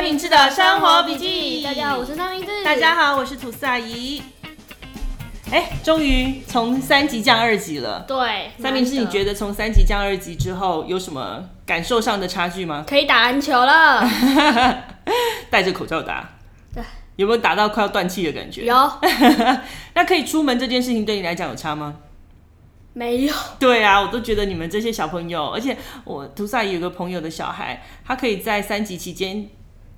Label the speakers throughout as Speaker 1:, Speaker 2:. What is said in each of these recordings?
Speaker 1: 品质的生活笔记。
Speaker 2: 大家好，我是三明治。
Speaker 1: 大家好，我是吐司阿姨。哎，终于从三级降二级了。
Speaker 2: 对，
Speaker 1: 三明治，你觉
Speaker 2: 得
Speaker 1: 得从三级降二级之后有什么感受上的差距吗？
Speaker 2: 可以打篮球了？
Speaker 1: 戴着口罩打，
Speaker 2: 对，
Speaker 1: 有没有打到快要断气的感觉？
Speaker 2: 有
Speaker 1: 那可以出门这件事情对你来讲有差吗？
Speaker 2: 没有？
Speaker 1: 对啊，我都觉得你们这些小朋友，而且我涂萨有个朋友的小孩，他可以在三级期间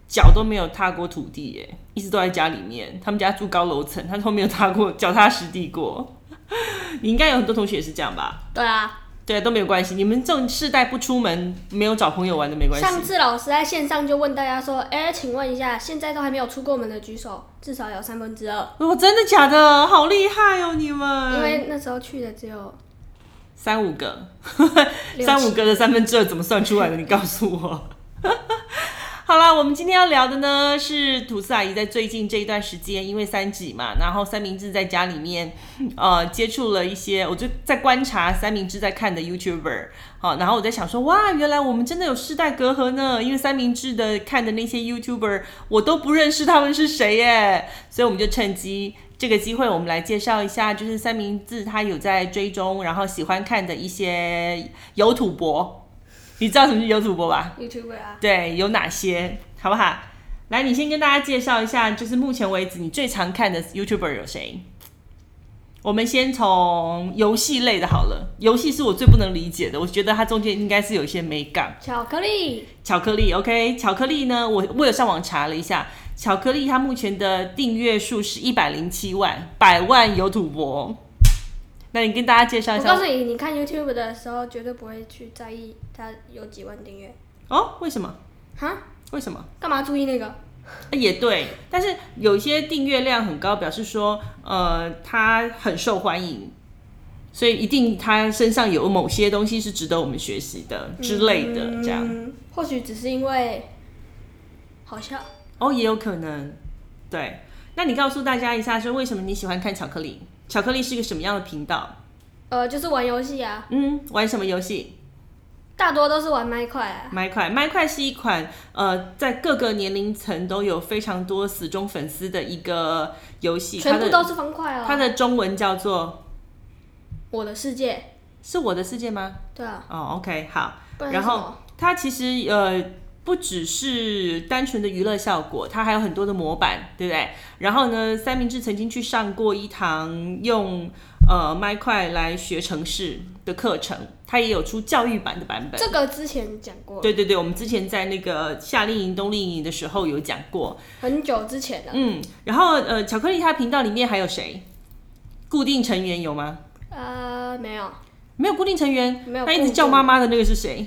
Speaker 1: 脚都没有踏过土地，耶，一直都在家里面。他们家住高楼层，他都没有踏过脚踏实地过。 你应该有很多同学也是这样吧？
Speaker 2: 对啊，
Speaker 1: 对啊，都没有关系。你们这种世代不出门，没有找朋友玩的没关
Speaker 2: 上
Speaker 1: 系。
Speaker 2: 次老师在线上就问大家说，哎、请问一下，现在都还没有出过门的举手，至少有三分之二，
Speaker 1: 哦，真的假的？好厉害哦，你们！
Speaker 2: 因为那时候去的只有
Speaker 1: 三五个，
Speaker 2: 六
Speaker 1: 三五个的三分之二怎么算出来的？你告诉我。 好啦，我们今天要聊的呢是吐司阿姨在最近这一段时间，因为三级嘛，然后三明治在家里面，呃，接触了一些，我就在观察三明治在看的 YouTuber，好、然后我在想说，哇，原来我们真的有世代隔阂呢，因为三明治的看的那些 YouTuber，我都不认识他们是谁耶，所以我们就趁机这个机会，我们来介绍一下，就是三明治他有在追踪，然后喜欢看的一些有土博，你知道什么是有土博吧？
Speaker 2: YouTuber 啊，
Speaker 1: 对，有哪些，好不好？来，你先跟大家介绍一下，就是目前为止你最常看的 YouTuber 有谁？我们先从游戏类的好了，游戏是我最不能理解的，我觉得它中间应该是有一些美感。
Speaker 2: 巧克力，
Speaker 1: 巧克力，OK，巧克力呢，我我有上网查了一下，巧克力它目前的订阅数是一百零七万，百万有土博。那你跟大家介绍一
Speaker 2: 我告
Speaker 1: 下
Speaker 2: 诉你，你看 YouTube 的时候绝对不会去在意它有几万订阅，
Speaker 1: 哦，为什么？
Speaker 2: 哈，
Speaker 1: 为什么？
Speaker 2: 干嘛注意那个？
Speaker 1: 哎也对，但是有一些订阅量很高，表示说，呃，它很受欢迎，所以一定它身上有某些东西是值得我们学习的之类的，这样、
Speaker 2: 嗯，或许只是因为好笑，
Speaker 1: 哦，也有可能。对，那你告诉大家一下，说为什么你喜欢看巧克力？巧克力是一个什么样的频道？
Speaker 2: 呃，就是玩游戏啊，
Speaker 1: 嗯，玩什么游戏？
Speaker 2: 大多都是玩麦块啊。
Speaker 1: 麦块，麦块是一款呃，在各个年龄层都有非常多死忠粉丝的一个游戏。它
Speaker 2: 全部
Speaker 1: 的
Speaker 2: 都是方块
Speaker 1: 它
Speaker 2: 哦。
Speaker 1: 的中文叫做
Speaker 2: 我的世界，
Speaker 1: “是我的世界”吗？
Speaker 2: 对啊，
Speaker 1: 哦，OK，好。
Speaker 2: 不然是
Speaker 1: 然
Speaker 2: 什
Speaker 1: 后
Speaker 2: 么
Speaker 1: 它其实呃，不只是单纯的娱乐效果，它还有很多的模板，对不对？然后呢，三明治曾经去上过一堂用呃麦块来学城市的课程，它也有出教育版的版本。
Speaker 2: 这个之前讲过，
Speaker 1: 对对对，我们之前在那个夏令营、冬令营的时候有讲过，
Speaker 2: 很久之前了。
Speaker 1: 嗯，然后呃，巧克力它频道里面还有谁？固定成员有吗？
Speaker 2: 呃，没有，
Speaker 1: 没有固定成员，
Speaker 2: 没有
Speaker 1: 那一
Speaker 2: 固
Speaker 1: 直
Speaker 2: 定
Speaker 1: 叫妈妈的那个是谁？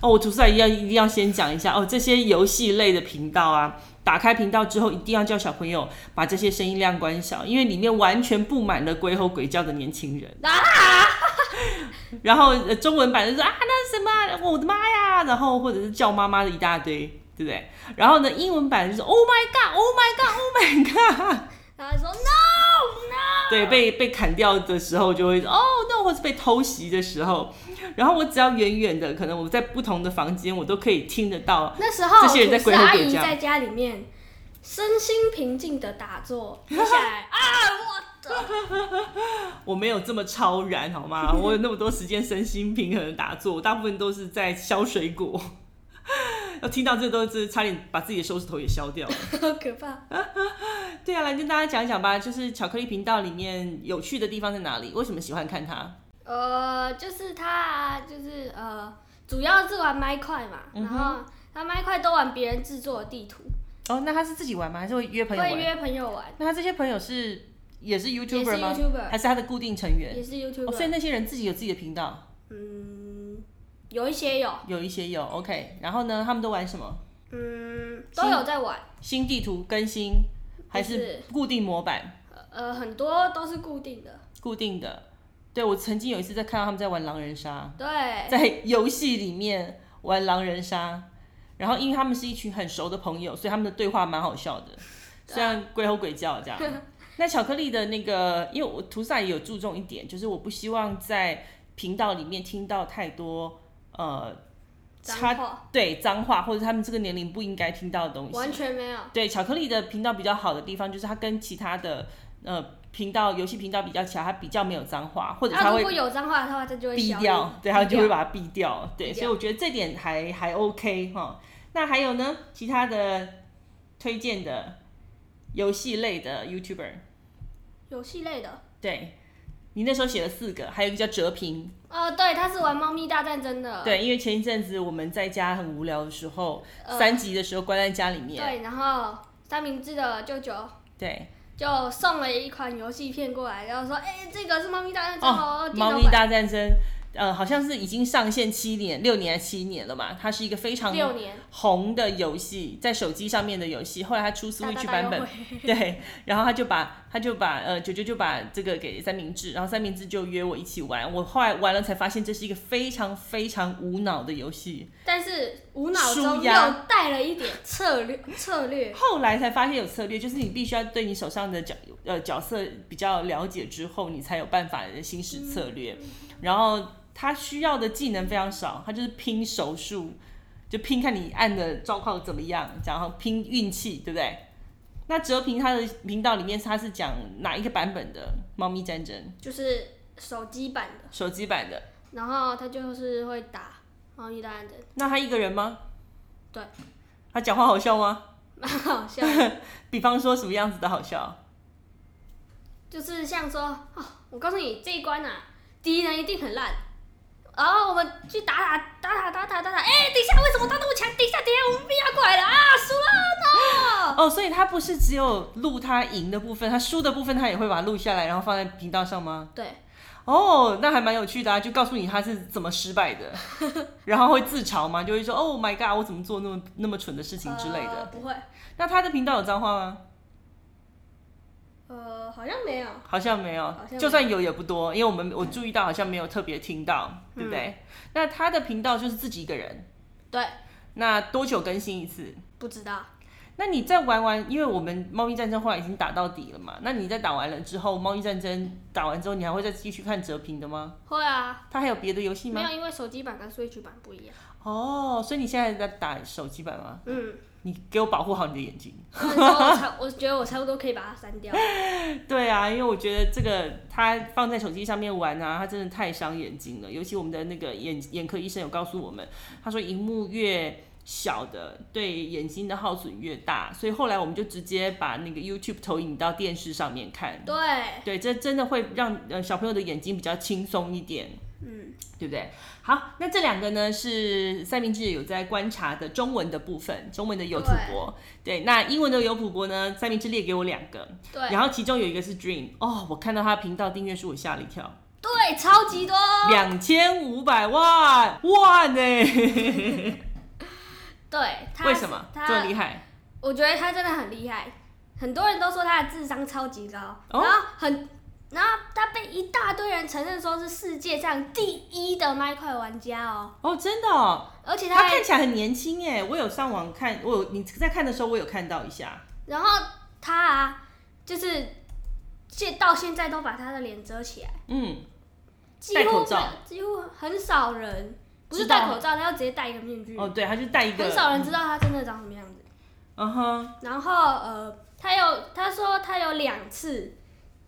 Speaker 1: 哦，我主持人要一定要先讲一下哦，这些游戏类的频道啊，打开频道之后一定要叫小朋友把这些声音量关小，因为里面完全布满了鬼吼鬼叫的年轻人。
Speaker 2: 啊！
Speaker 1: 然后、呃、中文版就说啊，那是什么啊？我的妈呀！然后或者是叫妈妈的一大堆，对不对？然后呢，英文版就是 Oh my God，Oh my God，Oh my God。
Speaker 2: 然后说 no no，
Speaker 1: 对，被被砍掉的时候就会哦 no，或是被偷袭的时候，然后我只要远远的，可能我在不同的房间，我都可以听得到。
Speaker 2: 那时候
Speaker 1: 这些人在
Speaker 2: 吐司
Speaker 1: 鬼吼
Speaker 2: 阿
Speaker 1: 鬼
Speaker 2: 姨
Speaker 1: 叫
Speaker 2: 在家里面身心平静的打坐，接下 来啊，我的
Speaker 1: 我没有这么超然，好吗？我有那么多时间身心平衡的打坐，我大部分都是在削水果。 要听到这都是差点把自己的手指头也削掉了。
Speaker 2: 好可怕。
Speaker 1: 对啊，来跟大家讲一讲吧，就是巧克力频道里面有趣的地方在哪里？为什么喜欢看它？
Speaker 2: 呃，就是他啊，就是呃，主要是玩麦块嘛，
Speaker 1: 嗯
Speaker 2: 然后他麦块都玩别人制作的地图，
Speaker 1: 哦，那他是自己玩吗？还是会约朋友
Speaker 2: 会
Speaker 1: 玩？
Speaker 2: 约朋友玩，
Speaker 1: 那他这些朋友是也是
Speaker 2: 也是
Speaker 1: YouTuber 吗？
Speaker 2: YouTuber，
Speaker 1: 还是他的固定成员？
Speaker 2: 也是
Speaker 1: 哦，
Speaker 2: YouTuber，
Speaker 1: 所以那些人自己有自己的频道，
Speaker 2: 嗯，有一些有，
Speaker 1: 有一些有 OK。然后呢，他们都玩什么？
Speaker 2: 嗯，都有在玩，
Speaker 1: 新地图更新还是固定模板？
Speaker 2: 呃，很多都是固定的，
Speaker 1: 固定的。对我曾经有一次在看到他们在玩狼人杀，
Speaker 2: 对，
Speaker 1: 在游戏里面玩狼人杀，然后因为他们是一群很熟的朋友，所以他们的对啊话蛮好笑的，虽然鬼吼鬼叫这样。 那巧克力的那个，因为我涂萨也有注重一点，就是我不希望在频道里面听到太多呃他
Speaker 2: 脏话，
Speaker 1: 对脏话或者他们这个年龄不应该听到的东西。
Speaker 2: 完全没有。
Speaker 1: 对，巧克力的频道比较好的地方就是它跟其他的呃频道游戏频道比较起来，它比较没有脏话，或者它
Speaker 2: 啊、如
Speaker 1: 会
Speaker 2: 果有脏话的话，他就会
Speaker 1: 逼
Speaker 2: 消音
Speaker 1: 掉，对，它就会把它逼掉。
Speaker 2: 逼
Speaker 1: 对，
Speaker 2: 掉
Speaker 1: 所以我觉得这点还还 OK 哈。那还有呢，其他的推荐的游戏类的 YouTuber，
Speaker 2: 游戏类的。
Speaker 1: 对你那时候写了四个，还有一个叫哲平，
Speaker 2: 哦，对，他是玩《猫咪大战争》的。
Speaker 1: 对，因为前一阵子我们在家很无聊的时候，
Speaker 2: 呃
Speaker 1: 三级的时候关在家里面，
Speaker 2: 对，然后三明治的舅舅
Speaker 1: 对，
Speaker 2: 就送了一款游戏片过来，然后说：“哎、这个是《猫咪大战争》
Speaker 1: 哦
Speaker 2: 哦，，电
Speaker 1: 猫
Speaker 2: 脑
Speaker 1: 咪
Speaker 2: 版
Speaker 1: 大战争，呃，好像是已经上线七年、六年还是七年了嘛，它是一个非常
Speaker 2: 六年
Speaker 1: 红的游戏，在手机上面的游戏，后来它出
Speaker 2: 大大
Speaker 1: Switch
Speaker 2: 大
Speaker 1: 版
Speaker 2: 优
Speaker 1: 本，
Speaker 2: 惠。
Speaker 1: 对，然后他就把他就把呃九九就把这个给三明治，然后三明治就约我一起玩，我后来玩了才发现这是一个非常非常无脑的游戏，
Speaker 2: 但是无脑中
Speaker 1: 舒
Speaker 2: 又
Speaker 1: 压
Speaker 2: 带了一点策略，策略
Speaker 1: 后来才发现有策略，就是你必须要对你手上的角呃角色比较了解之后，你才有办法行使策略。然后他需要的技能非常少，他就是拼手速，就拼看你按的状况怎么样，然后拼运气，对不对？那哲平他的频道里面，他是讲哪一个版本的《猫咪战争
Speaker 2: 就是手机版的，》
Speaker 1: 手机版的？
Speaker 2: 然后他就是会打《猫咪大战争
Speaker 1: 那他一个人吗？
Speaker 2: 对。
Speaker 1: 他讲话好笑吗？》，
Speaker 2: 蛮好笑的。
Speaker 1: 比方说什么样子的好笑？
Speaker 2: 就是像说，哦，我告诉你这一关啊，敌人一定很烂，然后我们去打打打打打打打打，哎、等一下，为什么他那么强？等一下，等一下，我们被压过来了啊，输了，no！
Speaker 1: 哦，所以他不是只有录他赢的部分，他输的部分他也会把它录下来，然后放在频道上吗？
Speaker 2: 对，
Speaker 1: 哦，那还蛮有趣的啊，就告诉你他是怎么失败 的，然后会自嘲吗？就会说，Oh my god，我怎么做那么那么蠢的事情之类
Speaker 2: 呃
Speaker 1: 的。
Speaker 2: 不会，
Speaker 1: 那他的频道有脏话吗？
Speaker 2: 呃，好像没有，
Speaker 1: 好像没有
Speaker 2: 好像没，有
Speaker 1: 就算有也不多，因为我们我注意到好像没有特别听到，对不对？
Speaker 2: 嗯
Speaker 1: 那他的频道就是自己一个人，
Speaker 2: 对，
Speaker 1: 那多久更新一次？
Speaker 2: 不知道，
Speaker 1: 那你在玩完，因为我们猫咪战争后来已经打到底了嘛，那你在打完了之后，猫咪战争打完之后，你还会再继续看折屏的吗？
Speaker 2: 会啊，
Speaker 1: 它还有别的游戏
Speaker 2: 没
Speaker 1: 吗？
Speaker 2: 有，因为手机版跟 Switch 版不一样，
Speaker 1: 哦，所以你现在在打手机版吗？
Speaker 2: 嗯，
Speaker 1: 你给我保护好你的眼睛。
Speaker 2: 所以说我差，我觉得我差不多可以把它删掉，
Speaker 1: 对啊，因为我觉得这个它放在手机上面玩啊，它真的太伤眼睛了。尤其我们的那个眼眼科医生有告诉我们，他说荧幕越小的对眼睛的耗损越大，所以后来我们就直接把那个 YouTube 投影到电视上面看。
Speaker 2: 对，
Speaker 1: 对，这真的会让呃小朋友的眼睛比较轻松一点，
Speaker 2: 嗯，
Speaker 1: 对不对？好，那这两个呢是三明治有在观察的中文的部分，中文的有土博，对，那英文的有土博呢，三明治列给我两个，
Speaker 2: 对，
Speaker 1: 然后其中有一个是 Dream，哦，我看到他的频道订阅数，我吓了一跳，
Speaker 2: 对，超级多，
Speaker 1: 两千五百万万呢、
Speaker 2: 对，它
Speaker 1: 为什么
Speaker 2: 它
Speaker 1: 这么厉害？
Speaker 2: 我觉得他真的很厉害，很多人都说他的智商超级高，然
Speaker 1: 哦
Speaker 2: 后很，然后他被一大堆人承认说是世界上第一的麦块玩家哦，
Speaker 1: 哦，真的、哦，
Speaker 2: 而且他
Speaker 1: 他
Speaker 2: 还，
Speaker 1: 看起来很年轻哎，我有上网看，我有你在看的时候，我有看到一下，
Speaker 2: 然后他啊，就是现到现在都把他的脸遮起来，
Speaker 1: 嗯。
Speaker 2: 几
Speaker 1: 戴
Speaker 2: 乎
Speaker 1: 口罩
Speaker 2: 没几乎很少人不是
Speaker 1: 知道
Speaker 2: 戴口罩，他要直接戴一个面具，
Speaker 1: 哦，对，他就戴一
Speaker 2: 嗯
Speaker 1: 个，
Speaker 2: 很少人知道他真的长什么样子。
Speaker 1: 嗯哼，
Speaker 2: 然后呃，他有他说他有两次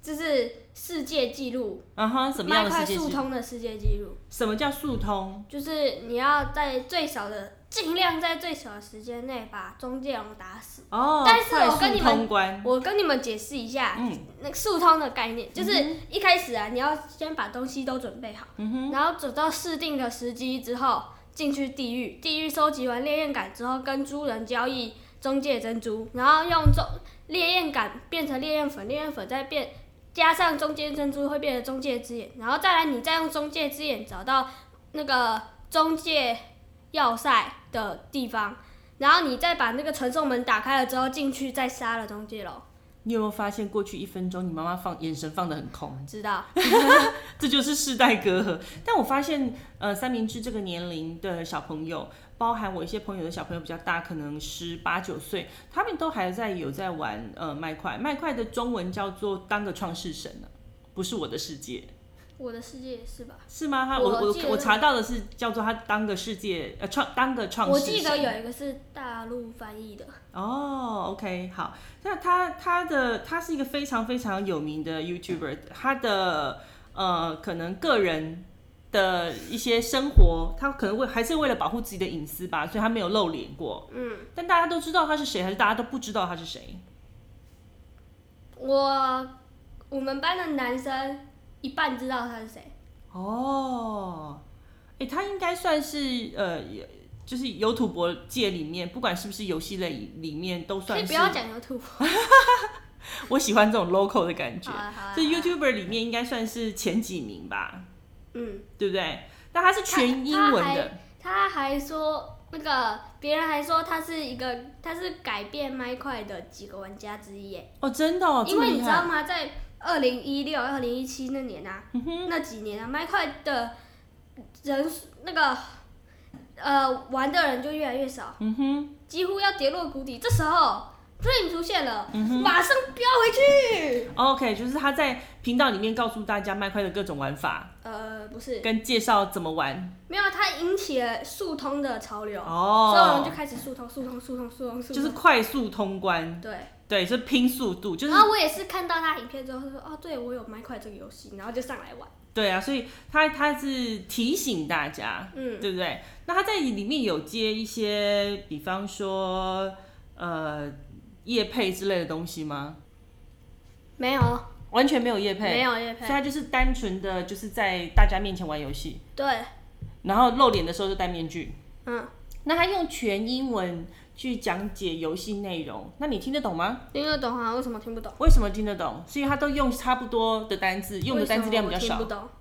Speaker 2: 就是世界纪录。
Speaker 1: 嗯哼，什么
Speaker 2: 麦
Speaker 1: 样的
Speaker 2: 块
Speaker 1: 世界
Speaker 2: 速
Speaker 1: 是？
Speaker 2: 通的世界纪录，
Speaker 1: 什么叫速通？
Speaker 2: 就是你要在最少的，尽量在最少的时间内把中介龙打死。
Speaker 1: 哦，
Speaker 2: 但是
Speaker 1: 快
Speaker 2: 我跟
Speaker 1: 速
Speaker 2: 你们
Speaker 1: 通关，
Speaker 2: 我跟你们解释一下，
Speaker 1: 嗯
Speaker 2: 那个速通的概念，就是一开始啊，你要先把东西都准备好，然后走到适定的时机之后，进去地狱，地狱收集完烈焰感之后，跟猪人交易中介珍珠，然后用中烈焰感变成烈焰粉，烈焰粉再变。加上中间珍珠会变成中介之眼，然后再来你再用中介之眼找到那个中介要塞的地方，然后你再把那个传送门打开了之后进去再杀了中介龙。
Speaker 1: 你有没有发现过去一分钟你妈妈放眼神放的很空？
Speaker 2: 知道，
Speaker 1: 这就是世代隔阂。但我发现，呃，三明治这个年龄的小朋友，包含我一些朋友的小朋友比较大，可能十八九岁，他们都还在有在啊玩呃麦块。麦块的中文叫做“当个创世神”呢，不是我的世界。
Speaker 2: 我的世界也是吧？
Speaker 1: 是吗？他我
Speaker 2: 我
Speaker 1: 我
Speaker 2: 记得
Speaker 1: 我查到的是叫做他当个世界呃创当个创世
Speaker 2: 我
Speaker 1: 神。
Speaker 2: 记得有一个是大陆翻译的，
Speaker 1: 哦，OK，好，那他他的他是一个非常非常有名的 YouTuber，他的呃可能个人的一些生活，他可能为还是为了保护自己的隐私吧，所以他没有露脸过。嗯，但大家都知道他是谁，还是大家都不知道他是谁？
Speaker 2: 我我们班的男生一半知道他是谁，
Speaker 1: 哦，诶，他应该算是呃，也就是游土博界里面，不管是不是游戏类里面，都
Speaker 2: 所
Speaker 1: 算
Speaker 2: 以
Speaker 1: 是
Speaker 2: 不要讲 YouTube。
Speaker 1: 我喜欢这种 local 的感觉
Speaker 2: 好。啊好啊
Speaker 1: 这 YouTuber 里面应该算是前几名吧，
Speaker 2: 嗯，
Speaker 1: 对不对？那它是全英文
Speaker 2: 它
Speaker 1: 的，
Speaker 2: 他还说那个别人还说他是一个他是改变麦块的几个玩家之一耶，
Speaker 1: 哦，真的哦，这
Speaker 2: 因
Speaker 1: 么
Speaker 2: 为你
Speaker 1: 厉
Speaker 2: 知
Speaker 1: 害
Speaker 2: 道吗，在二零一六、二零一七那年啊，
Speaker 1: 嗯
Speaker 2: 那几年啊，麦块的人数那个呃玩的人就越来越少，
Speaker 1: 嗯哼，
Speaker 2: 几乎要跌落谷底。这时候 Dream 出现了，
Speaker 1: 嗯
Speaker 2: 马上飙回去。
Speaker 1: ，OK，就是他在频道里面告诉大家麦块的各种玩法，
Speaker 2: 呃，不是，
Speaker 1: 跟介绍怎么玩
Speaker 2: 没有，它引起了速通的潮流，所有人就
Speaker 1: 哦，
Speaker 2: 开始速通、速通、速通、速通、速通。
Speaker 1: 就是快速通关，
Speaker 2: 对，
Speaker 1: 对，就是拼速度，就是
Speaker 2: 然后我也是看到他影片之后说，哦，对我有麦块这个游戏，然后就上来玩。
Speaker 1: 对啊，所以他他是提醒大家，
Speaker 2: 嗯，
Speaker 1: 对不对？那他在里面有接一些，比方说呃叶配之类的东西吗？
Speaker 2: 没有，
Speaker 1: 完全没有叶配，
Speaker 2: 没有叶
Speaker 1: 所以
Speaker 2: 配，
Speaker 1: 他就是单纯的就是在大家面前玩游戏，
Speaker 2: 对，
Speaker 1: 然后露脸的时候就戴面具。
Speaker 2: 嗯，
Speaker 1: 那他用全英文去讲解游戏内容，那你听得懂吗？
Speaker 2: 听得懂啊？为什么听不懂？
Speaker 1: 为什么听得懂？是因为他都用差不多的单字，用的单字量比较
Speaker 2: 为什么我听
Speaker 1: 少
Speaker 2: 不。懂。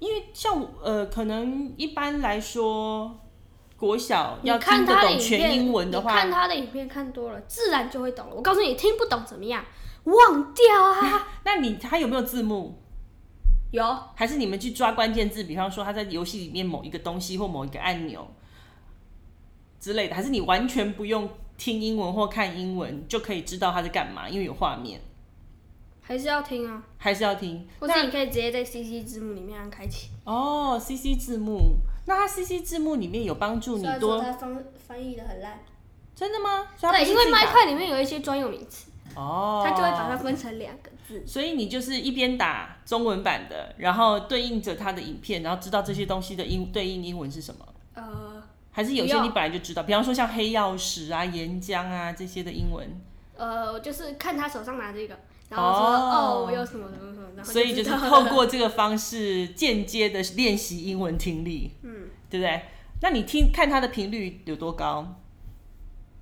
Speaker 1: 因为像我呃，可能一般来说，国小
Speaker 2: 你
Speaker 1: 要
Speaker 2: 看
Speaker 1: 听得
Speaker 2: 他的
Speaker 1: 懂
Speaker 2: 影
Speaker 1: 全
Speaker 2: 片，
Speaker 1: 英文的
Speaker 2: 你
Speaker 1: 话
Speaker 2: 看，他的影片看多了，自然就会懂了。我告诉你，听不懂怎么样，忘掉 啊。
Speaker 1: 那你他有没有字幕？
Speaker 2: 有，
Speaker 1: 还是你们去抓关键字？比方说他在游戏里面某一个东西或某一个按钮之类的，还是你完全不用听英文或看英文就可以知道他在干嘛？因为有画面，
Speaker 2: 还是要听啊，
Speaker 1: 还是要听。
Speaker 2: 或者你可以直接在 CC 字幕里面按开启。
Speaker 1: 哦，CC 字幕，那它 CC 字幕里面有帮助你多，
Speaker 2: 它翻翻译的很烂，
Speaker 1: 真的吗？所以它
Speaker 2: 对，
Speaker 1: 不是
Speaker 2: 因为
Speaker 1: 自己打
Speaker 2: 麦块里面有一些专有名词，
Speaker 1: 哦，
Speaker 2: 它就会把它分成两个字。
Speaker 1: 所以你就是一边打中文版的，然后对应着它的影片，然后知道这些东西的英对应英文是什么，
Speaker 2: 呃
Speaker 1: 还是有些
Speaker 2: 不要
Speaker 1: 你本来就知道，比方说像黑曜石啊、岩浆啊这些的英文，
Speaker 2: 呃，我就是看他手上拿这个，然后说
Speaker 1: 哦
Speaker 2: 哦，我有什么什么什么，然后
Speaker 1: 所以就是
Speaker 2: 知道了
Speaker 1: 透 过这个方式间接的练习英文听力，嗯，对不对？那你听看它的频率有多高？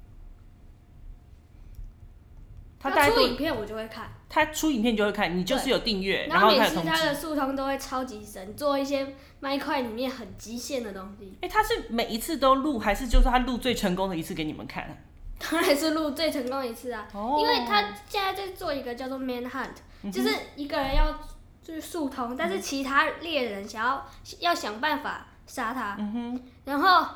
Speaker 1: 它大
Speaker 2: 他
Speaker 1: 概
Speaker 2: 出
Speaker 1: 都
Speaker 2: 影片我就会看。
Speaker 1: 他出影片就会看，你就是有订阅，
Speaker 2: 然
Speaker 1: 后
Speaker 2: 每
Speaker 1: 他有
Speaker 2: 次
Speaker 1: 通知。
Speaker 2: 他的速通都会超级神，做一些麦块里面很极限的东西。
Speaker 1: 哎、他是每一次都录，还是就是他录最成功的一次给你们看？
Speaker 2: 当然是录最成功一次啊，
Speaker 1: 哦嗯
Speaker 2: 因为他现在在做一个叫做 Man Hunt，就是一个人要就是速通，但是其他猎人想要要想办法杀他，
Speaker 1: 嗯
Speaker 2: 然后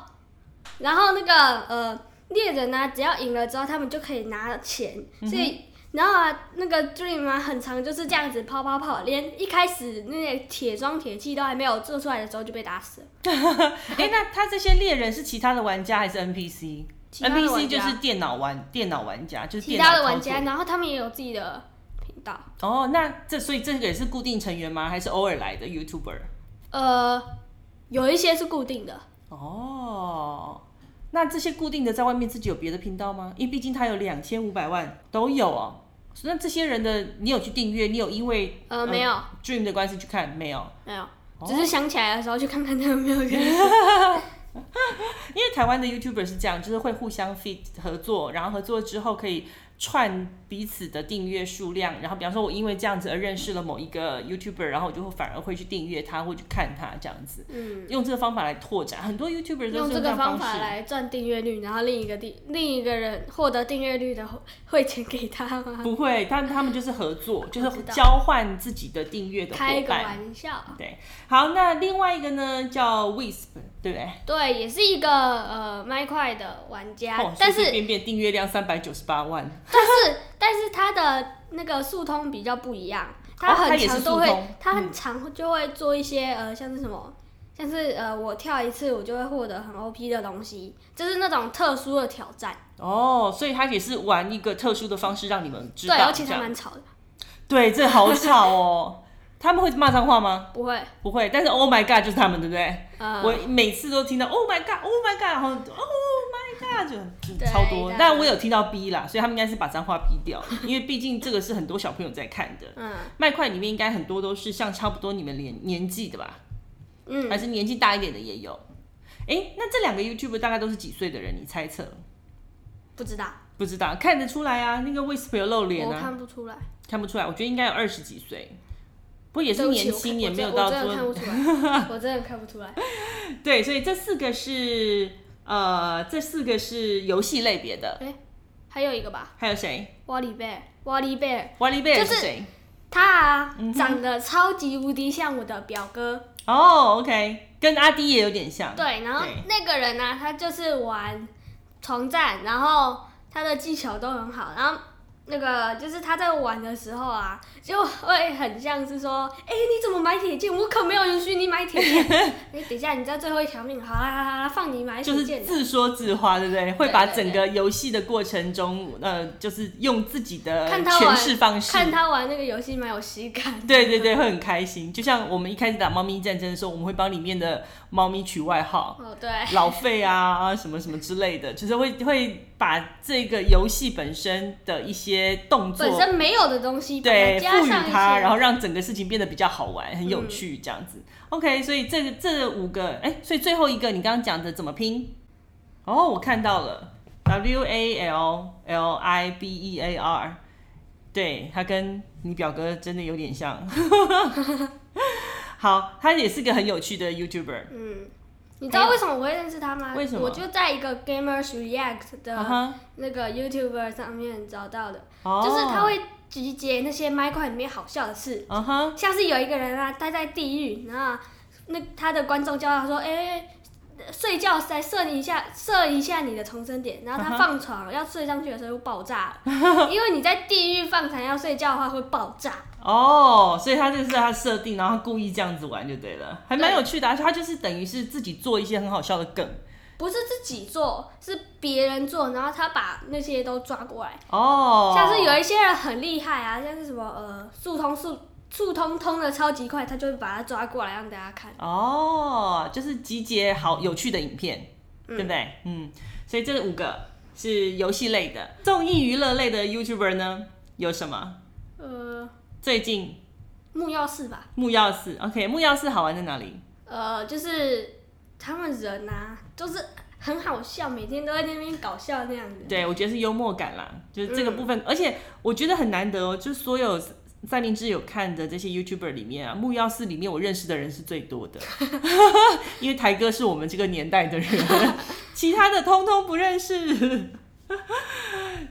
Speaker 2: 然后那个呃猎人呢、只要赢了之后，他们就可以拿钱，
Speaker 1: 嗯
Speaker 2: 所以。然后啊，那个 Dream 啊，很长就是这样子跑跑跑，连一开始那些铁装铁器都还没有做出来的时候就被打死了。
Speaker 1: 哎、那他这些猎人是其他的玩家还是 NPC？
Speaker 2: 其他的玩家
Speaker 1: NPC 就是电脑玩电脑玩家，就是
Speaker 2: 其
Speaker 1: 电
Speaker 2: 他
Speaker 1: 脑
Speaker 2: 的玩
Speaker 1: 操作
Speaker 2: 家，然后他们也有自己的频道。
Speaker 1: 哦，那这所以这个也是固定成员吗？还是偶尔来的 YouTuber？
Speaker 2: 呃，有一些是固定的，
Speaker 1: 哦，那这些固定的在外面自己有别的频道吗？因为毕竟他有两千五百万都有哦。那这些人的你有去订阅？你有因为
Speaker 2: 呃，没有，
Speaker 1: Dream 的关系去看没有？
Speaker 2: 没有，
Speaker 1: 哦
Speaker 2: 只是想起来的时候去看看他有 没有更
Speaker 1: 因为台湾的 YouTuber 是这样，就是会互相 fit 合作，然后合作之后可以串彼此的订阅数量，然后比方说我因为这样子而认识了某一个 YouTuber，然后我就会反而会去订阅他或去看他这样子，嗯，用这个方法来拓展，很多 YouTuber 都
Speaker 2: 用
Speaker 1: 是
Speaker 2: 这
Speaker 1: 这
Speaker 2: 个
Speaker 1: 样
Speaker 2: 方
Speaker 1: 式
Speaker 2: 法。来赚订阅率，然后另一个订另一个人获得订阅率的会汇钱给他吗？
Speaker 1: 不会，但他们就是合 作，就
Speaker 2: 我
Speaker 1: 是
Speaker 2: 知道
Speaker 1: 交换自己的订阅的伙
Speaker 2: 开个
Speaker 1: 伴。
Speaker 2: 玩笑，
Speaker 1: 对，好，那另外一个呢叫 Wisp，对不对？
Speaker 2: 对，也是一个呃麦块的玩家，
Speaker 1: 哦
Speaker 2: 但
Speaker 1: 随随
Speaker 2: 是
Speaker 1: 便便订阅量三百九十八万，
Speaker 2: 但是但是他的那个速通比较不一样，他
Speaker 1: 哦他
Speaker 2: 很
Speaker 1: 也是
Speaker 2: 常
Speaker 1: 疏
Speaker 2: 都会，
Speaker 1: 通嗯
Speaker 2: 他很常就会做一些呃，像是什么，像是呃，我跳一次我就会获得很 OP 的东西，就是那种特殊的挑战。
Speaker 1: 哦，所以他也是玩一个特殊的方式让你们知
Speaker 2: 对，
Speaker 1: 道，
Speaker 2: 而且
Speaker 1: 这
Speaker 2: 他
Speaker 1: 样
Speaker 2: 蛮吵的，
Speaker 1: 对，这好吵哦。 他们会骂脏话吗？
Speaker 2: 不会，
Speaker 1: 不会，但是 Oh my God 就是他们，对不对？
Speaker 2: 呃，
Speaker 1: 我每次都听到 Oh my God，Oh my God，然后 Oh my God 就就
Speaker 2: 对
Speaker 1: 超多
Speaker 2: 大。家
Speaker 1: 但我有听到 B 啦，所以他们应该是把脏话逼 掉了，因为毕竟这个是很多小朋友在看的。
Speaker 2: 嗯
Speaker 1: 麦块里面应该很多都是像差不多你们年年纪的吧，还
Speaker 2: 嗯，
Speaker 1: 是年纪大一点的也有。哎，那这两个 YouTube 大概都是几岁的人？你猜测？
Speaker 2: 不知道，
Speaker 1: 不知道，看得出来啊，那个 Whisper 有露脸
Speaker 2: 我
Speaker 1: 啊，
Speaker 2: 看不出来，
Speaker 1: 看不出来。我觉得应该有二十几岁，不过也
Speaker 2: 对
Speaker 1: 是
Speaker 2: 不起
Speaker 1: 年
Speaker 2: 我看
Speaker 1: 轻，也
Speaker 2: 我
Speaker 1: 没有
Speaker 2: 真
Speaker 1: 到
Speaker 2: 我真的看不
Speaker 1: 说
Speaker 2: 出 来，我真的看不出来。
Speaker 1: 对，所以这四个是呃，这四个是游戏类别的。
Speaker 2: 还有一个吧，
Speaker 1: 还有谁？
Speaker 2: 瓦里贝尔，瓦里贝尔，
Speaker 1: 瓦力贝尔
Speaker 2: 就是
Speaker 1: 是谁？
Speaker 2: 他啊，
Speaker 1: 嗯
Speaker 2: 长得超级无敌像我的表哥。
Speaker 1: 哦、o k 跟阿迪也有点像。
Speaker 2: 对，然后
Speaker 1: 对
Speaker 2: 那个人呢、他就是玩床战，然后他的技巧都很好，然后那个就是他在玩的时候啊，就会很像是说，哎、你怎么买铁剑？我可没有允许你买铁剑。 哎、等一下，你在最后一条命，好啦好啦好啦，放你买
Speaker 1: 就
Speaker 2: 铁
Speaker 1: 是
Speaker 2: 剑。
Speaker 1: 自说自话，对不对？会
Speaker 2: 对
Speaker 1: 把
Speaker 2: 对
Speaker 1: 整个游戏的过程中，呃，就是用自己的
Speaker 2: 看他玩
Speaker 1: 诠释方式，
Speaker 2: 看他玩那个游戏蛮有喜感。
Speaker 1: 对对对，会很开心。就像我们一开始打猫咪战争的时候，我们会帮里面的猫咪取外号，
Speaker 2: 哦，对，
Speaker 1: 老费啊啊什么什么之类的，就是会会把这个游戏本身的一些动作
Speaker 2: 本身没有的东西，把它
Speaker 1: 对，
Speaker 2: 加
Speaker 1: 赋予
Speaker 2: 上一
Speaker 1: 它，
Speaker 2: 些，
Speaker 1: 然后让整个事情变得比较好玩、很有趣这样子。OK，所以这个这五个，哎、所以最后一个你刚刚讲的怎么拼？哦，我看到了，W A L L I B E A R，对，他跟你表哥真的有 点像。好，他也是个很有趣的 YouTuber。
Speaker 2: 嗯，你知道为什么我会认识他吗？
Speaker 1: 为什么
Speaker 2: 我就在一个 Gamers React 的
Speaker 1: 啊哈，
Speaker 2: 那个 YouTuber 上面找到的，
Speaker 1: 哦，
Speaker 2: 就是他，会集结那些麦块里面好笑的事，
Speaker 1: 啊哈，
Speaker 2: 像是有一个人啊待在地狱，然后那他的观众叫他说，哎、睡觉再设一下，设一下你的重生点，然后他
Speaker 1: 啊哈
Speaker 2: 放床、要睡上去的时候就爆炸了因为你在地狱放床要睡觉的话会爆炸。
Speaker 1: 哦，所以他就是他设定，然后他故意这样子玩就对了，还蛮有趣的、啊。他就是等于是自己做一些很好笑的梗，
Speaker 2: 不是自己做，是别人做，然后他把那些都抓过来。
Speaker 1: 哦，
Speaker 2: 像是有一些人很厉害啊，像是什么呃速通速速通通的超级快，他就会把它抓过来让大家看。
Speaker 1: 哦，就是集结好有趣的影片，对不对？嗯，所以这五个是游戏类的，综艺娱乐类的 YouTuber 呢有什么？
Speaker 2: 呃，
Speaker 1: 最近
Speaker 2: 木曜四吧，
Speaker 1: 木曜四，OK，木曜四好玩在哪里？
Speaker 2: 呃，就是他们人啊，都是很好笑，每天都在那边搞笑那样子。
Speaker 1: 对，我觉得是幽默感啦，就是这个部分，
Speaker 2: 嗯
Speaker 1: 而且我觉得很难得哦，就是所有三明治有看的这些 YouTuber 里面啊，木曜四里面我认识的人是最多的， 因为台哥是我们这个年代的人， 其他的通通不认识。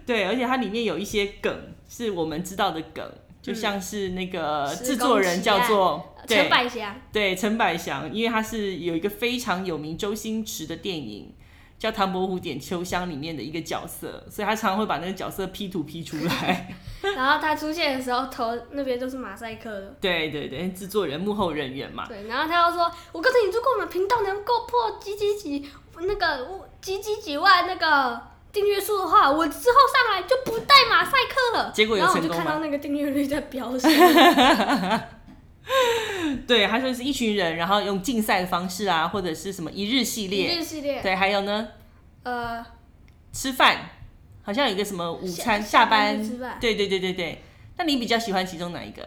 Speaker 1: 对，而且它里面有一些梗是我们知道的梗，就像是那个
Speaker 2: 施工
Speaker 1: 制作人
Speaker 2: 奇
Speaker 1: 叫
Speaker 2: 案
Speaker 1: 做
Speaker 2: 呃
Speaker 1: 对
Speaker 2: 陈百祥，
Speaker 1: 对，陈百祥，因为他是有一个非常有名周星驰的电影叫《唐伯虎点秋香》里面的一个角色，所以他常常会把那个角色 P 图 P 出来。
Speaker 2: 然后他出现的时候，头那边都是马赛克的。
Speaker 1: 对对对，制作人、幕后人员嘛。
Speaker 2: 对，然后他又说：“我告诉你，如果我们频道能够破几几几那个几几几万那个订阅数的话，我之后上来就不带马赛克了。”
Speaker 1: 结果有
Speaker 2: 然后我
Speaker 1: 成
Speaker 2: 就
Speaker 1: 功
Speaker 2: 看
Speaker 1: 吗
Speaker 2: 到那个订阅率在飙升。
Speaker 1: 对，他说是一群人，然后用竞赛的方式啊，或者是什么一日系
Speaker 2: 一
Speaker 1: 列。
Speaker 2: 日系列，
Speaker 1: 对，还有呢，
Speaker 2: 呃，
Speaker 1: 吃饭，好像有一个什么午
Speaker 2: 下
Speaker 1: 餐
Speaker 2: 下
Speaker 1: 下
Speaker 2: 班
Speaker 1: 班
Speaker 2: 去吃饭
Speaker 1: 对对对对对，那你比较喜欢其中哪一个？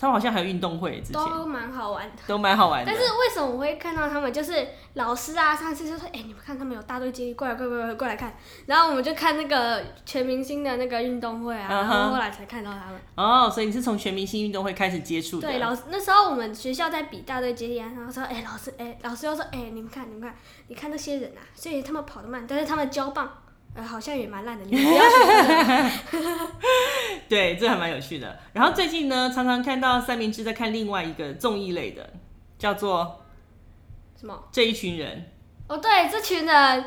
Speaker 1: 他们好像还有运动会，之前
Speaker 2: 都蛮好玩的。
Speaker 1: 都蛮好玩的。
Speaker 2: 但是为什么我会看到他们？就是老师啊，上次就说：“哎、你们看他们有大队接力，过来，过来，过来，过来看。”然后我们就看那个全明星的那个运动会啊，然
Speaker 1: 嗯
Speaker 2: 后
Speaker 1: 哼
Speaker 2: 后来才看到他们。
Speaker 1: 哦，所以你是从全明星运动会开始接触的。啊
Speaker 2: 对，老师那时候我们学校在比大队接力啊，然后说，哎、老师，哎、老师又说，哎、你们看，你们看，你看那些人啊，虽然他们跑得慢，但是他们交棒，呃，好像也蛮烂的，你们不要学他们。
Speaker 1: 对，这还蛮有趣的。然后最近呢，常常看到三明治在看另外一个综艺类的，叫做
Speaker 2: 什么？
Speaker 1: 《这一群人》。
Speaker 2: 哦，对，这群人，
Speaker 1: 啊，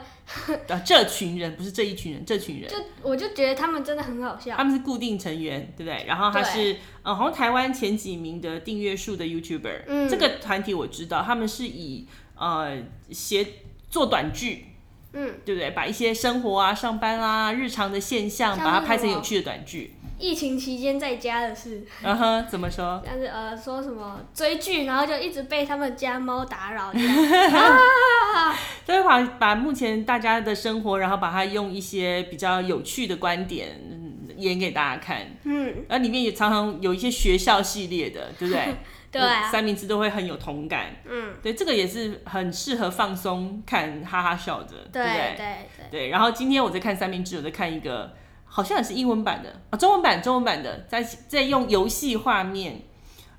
Speaker 1: 这群人不是这一群人，这群人
Speaker 2: 就我就觉得他们真的很好笑。
Speaker 1: 他们是固定成员，对不对？然后他是呃，好像台湾前几名的订阅数的 YouTuber，、
Speaker 2: 嗯
Speaker 1: 这个团体我知道，他们是以呃写做短剧，
Speaker 2: 嗯，
Speaker 1: 对不对？把一些生活啊、上班啊、日常的现象，
Speaker 2: 像
Speaker 1: 把它
Speaker 2: 那个
Speaker 1: 拍成
Speaker 2: 什
Speaker 1: 有
Speaker 2: 么
Speaker 1: 趣的短剧。
Speaker 2: 疫情期间在家的事，
Speaker 1: 嗯哼，怎么说？
Speaker 2: 像是呃说什么追剧，然后就一直被他们家猫打扰 这样。啊，
Speaker 1: 就会把把目前大家的生活，然后把它用一些比较有趣的观点嗯演给大家看。
Speaker 2: 嗯，
Speaker 1: 然后里面也常常有一些学校系列 的，对不对？
Speaker 2: 对啊
Speaker 1: 三明治都会很有同感。
Speaker 2: 嗯，
Speaker 1: 对，这个也是很适合放松看，哈哈笑的，
Speaker 2: 对
Speaker 1: 对不
Speaker 2: 对对
Speaker 1: 对？
Speaker 2: 对，
Speaker 1: 对。然后今天我在看三明治，我在看一个好像也是英文版的啊、中文版中文版的，在在用游戏画面，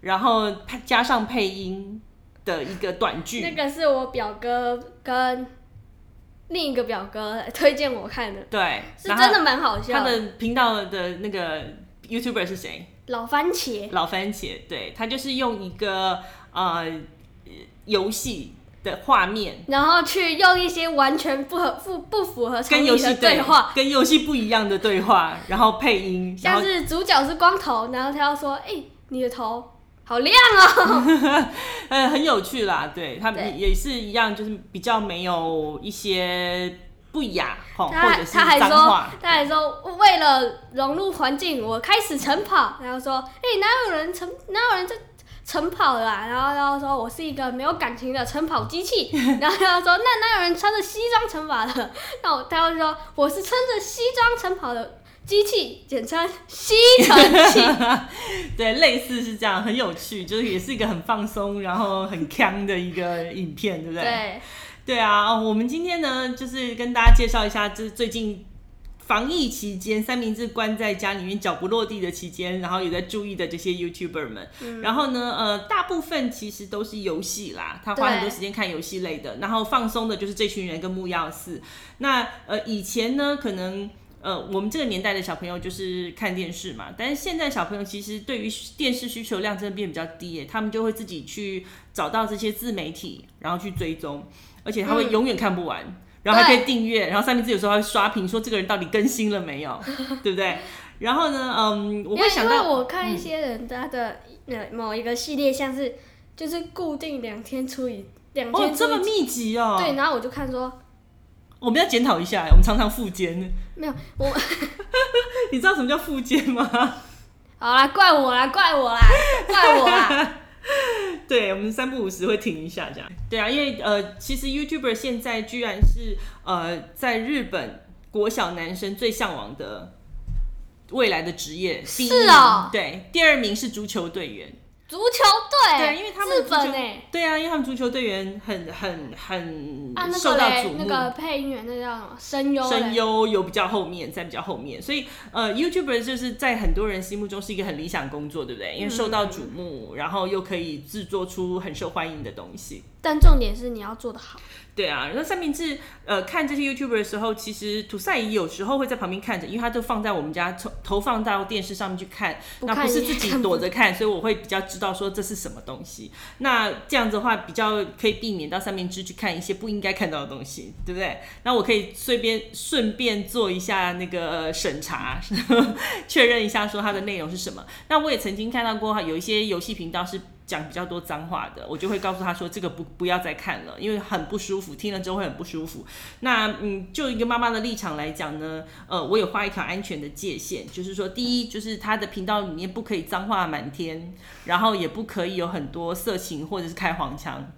Speaker 1: 然后配加上配音的一个短剧。
Speaker 2: 那个是我表哥跟另一个表哥推荐我看的，
Speaker 1: 对，
Speaker 2: 是
Speaker 1: 然
Speaker 2: 真
Speaker 1: 后
Speaker 2: 的蛮好
Speaker 1: 他
Speaker 2: 笑的。
Speaker 1: 的频道的那个 YouTuber 是谁？
Speaker 2: 老番茄，
Speaker 1: 老番茄，对他就是用一个呃游戏的画面
Speaker 2: 然后去用一些完全不合不不符合常
Speaker 1: 跟
Speaker 2: 理
Speaker 1: 游戏
Speaker 2: 的对话，，
Speaker 1: 跟游戏不一样的对 话，然后配音，然
Speaker 2: 像
Speaker 1: 后
Speaker 2: 是主角是光头，然后他要说：“哎、你的头好亮哦。
Speaker 1: 呃很有趣啦，对他
Speaker 2: 对
Speaker 1: 们也是一样，就是比较没有一些不雅吼，
Speaker 2: 他
Speaker 1: 哦或
Speaker 2: 还
Speaker 1: 者是
Speaker 2: 他还
Speaker 1: 脏
Speaker 2: 说
Speaker 1: 话，，
Speaker 2: 他还说为了融入环境，我开始晨跑。然后说：“哎、哪有人晨哪有人在晨跑啦、然后然后说我是一个没有感情的晨跑机器。 然后他说：“那哪有人穿着西装晨跑的？” 那我他就说：“我是穿着西装晨跑的机器，简称西城器。”
Speaker 1: 对，类似是这样，很有趣，就是也是一个很放松，然后很强的一个影片， 对不
Speaker 2: 对，
Speaker 1: 对啊，哦我们今天呢，就是跟大家介绍一下，就是最近防疫期间，三明治关在家里面脚不落地的期间，然后有在注意的这些 YouTuber 们。然后呢，呃，大部分其实都是游戏啦，他花很多
Speaker 2: 对
Speaker 1: 时间看游戏类的，然后放松的就是这群人跟木曜四。那呃，以前呢，可能。呃，我们这个年代的小朋友就是看电视嘛，但是现在小朋友其实对于电视需求量真的变比较低耶，他们就会自己去找到这些自媒体，然后去追踪，而且他
Speaker 2: 嗯
Speaker 1: 会永远看不完，然后还可以订阅，然后三明治有时候还会刷屏说这个人到底更新了没 有，对不对？然后呢，嗯，我
Speaker 2: 因
Speaker 1: 会
Speaker 2: 为
Speaker 1: 想
Speaker 2: 因为
Speaker 1: 到，
Speaker 2: 我看一些人他的呃某一个系列，像是就是固定两天出一两
Speaker 1: 哦
Speaker 2: 天，出
Speaker 1: 这么
Speaker 2: 一集，
Speaker 1: 密集哦，
Speaker 2: 对，然后我就看说
Speaker 1: 我们要检讨一下，我们常常复监，
Speaker 2: 没有我
Speaker 1: 你知道什么叫复监吗？
Speaker 2: 好啦，怪我啦，怪我啦， 怪我啦，
Speaker 1: 对，我们三不五时会停一下这样。对啊，因为呃，其实 YouTuber 现在居然是呃，在日本国小男生最向往的未来的职业，第一
Speaker 2: 是
Speaker 1: 名
Speaker 2: 哦
Speaker 1: 对，第二名是足球队员。
Speaker 2: 足球队，
Speaker 1: 对因为他们
Speaker 2: 日
Speaker 1: 足球
Speaker 2: 本哎、
Speaker 1: 对啊，因为他们足球队员很很很
Speaker 2: 啊那
Speaker 1: 受
Speaker 2: 个
Speaker 1: 到
Speaker 2: 嘞
Speaker 1: 瞩目，
Speaker 2: 那个配音员那叫什么声优嘞
Speaker 1: 声优有比较后面，在比较后面，所以呃，YouTuber 就是在很多人心目中是一个很理想工作，对不对？因为受
Speaker 2: 嗯
Speaker 1: 到瞩目，然后又可以制作出很受欢迎的东西。
Speaker 2: 但重点是你要做得好，
Speaker 1: 对啊，那三明治呃看这些 YouTuber 的时候，其实土赛姨有时候会在旁边看着，因为他都放在我们家投投放到电视上面去看，
Speaker 2: 不
Speaker 1: 那
Speaker 2: 看
Speaker 1: 不是
Speaker 2: 也
Speaker 1: 自己
Speaker 2: 看不
Speaker 1: 躲着看，所以我会比较知道说这是什么东西。那这样子的话，比较可以避免到三明治去看一些不应该看到的东西，对不对？那我可以随便顺便做一下那个审查， 确认一下说它的内容是什么。那我也曾经看到过有一些游戏频道是讲比较多脏话的，我就会告诉他说这个不不要再看了，因为很不舒服，听了之后会很不舒服。那嗯，就一个妈妈的立场来讲呢，呃，我有画一条安全的界限，就是说，第一就是他的频道里面不可以脏话满天，然后也不可以有很多色情或者是开黄腔，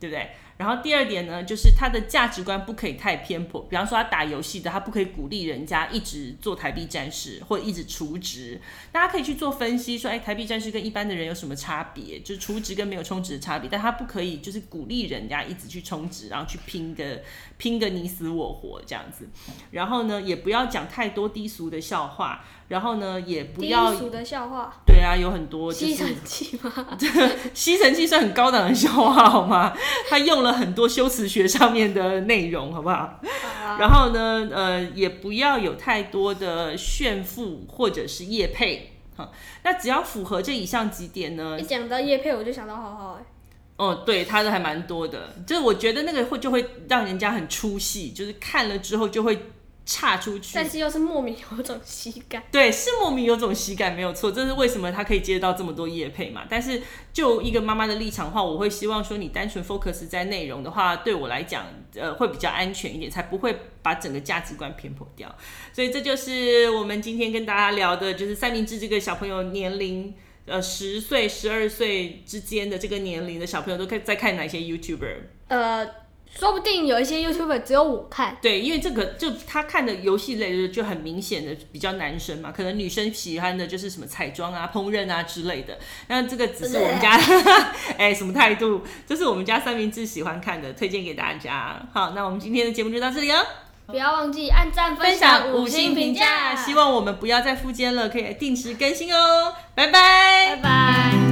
Speaker 1: 对不对？然后第二点呢，就是他的价值观不可以太偏颇，比方说他打游戏的，他不可以鼓励人家一直做台币战士或一直除职，大家可以去做分析说，哎，台币战士跟一般的人有什么差别？就是除职跟没有充值的差别，但他不可以就是鼓励人家一直去充值，然后去拼个拼个你死我活这样子。然后呢，也不要讲太多低俗的笑话，然后呢，也不
Speaker 2: 低
Speaker 1: 要
Speaker 2: 俗的笑话，
Speaker 1: 对啊，有很多就
Speaker 2: 吸
Speaker 1: 是
Speaker 2: 尘器 吗？
Speaker 1: 吸尘器算很高档的笑话好吗？ 他用了很多修辞学上面的内容，好不好？然后呢，呃，也不要有太多的炫富或者是业配。哈，那只要符合这以上几点呢
Speaker 2: 一？讲到叶配，我就想到好好哎、
Speaker 1: 哦哦，对，他的还蛮多的，就是我觉得那个会就会让人家很出戏，就是看了之后就会岔出去。
Speaker 2: 但是又是莫名有种喜感。
Speaker 1: 对，是莫名有种喜感，没有错。这是为什么他可以接到这么多业配嘛？但是就一个妈妈的立场的话，我会希望说你单纯 focus 在内容的话，对我来讲，呃，会比较安全一点，才不会把整个价值观偏颇掉。所以这就是我们今天跟大家聊的，就是三明治这个小朋友年龄。呃，十岁、十二岁之间的这个年龄的小朋友都看在看哪些 YouTuber？
Speaker 2: 呃，说不定有一些 YouTuber 只有我看，
Speaker 1: 对，因为这个就他看的游戏类的就很明显的比较男生嘛，可能女生喜欢的就是什么彩妆啊、烹饪啊之类的。那这个只是我们家 哎、什么态度？这是我们家三明治喜欢看的，推荐给大家。好，那我们今天的节目就到这里了。
Speaker 2: 不要忘记按赞、
Speaker 1: 分
Speaker 2: 享、
Speaker 1: 享五星评价，希
Speaker 2: 望
Speaker 1: 望我们不要再附件了，可以定时更新哦。拜
Speaker 2: 拜
Speaker 1: 拜
Speaker 2: 拜。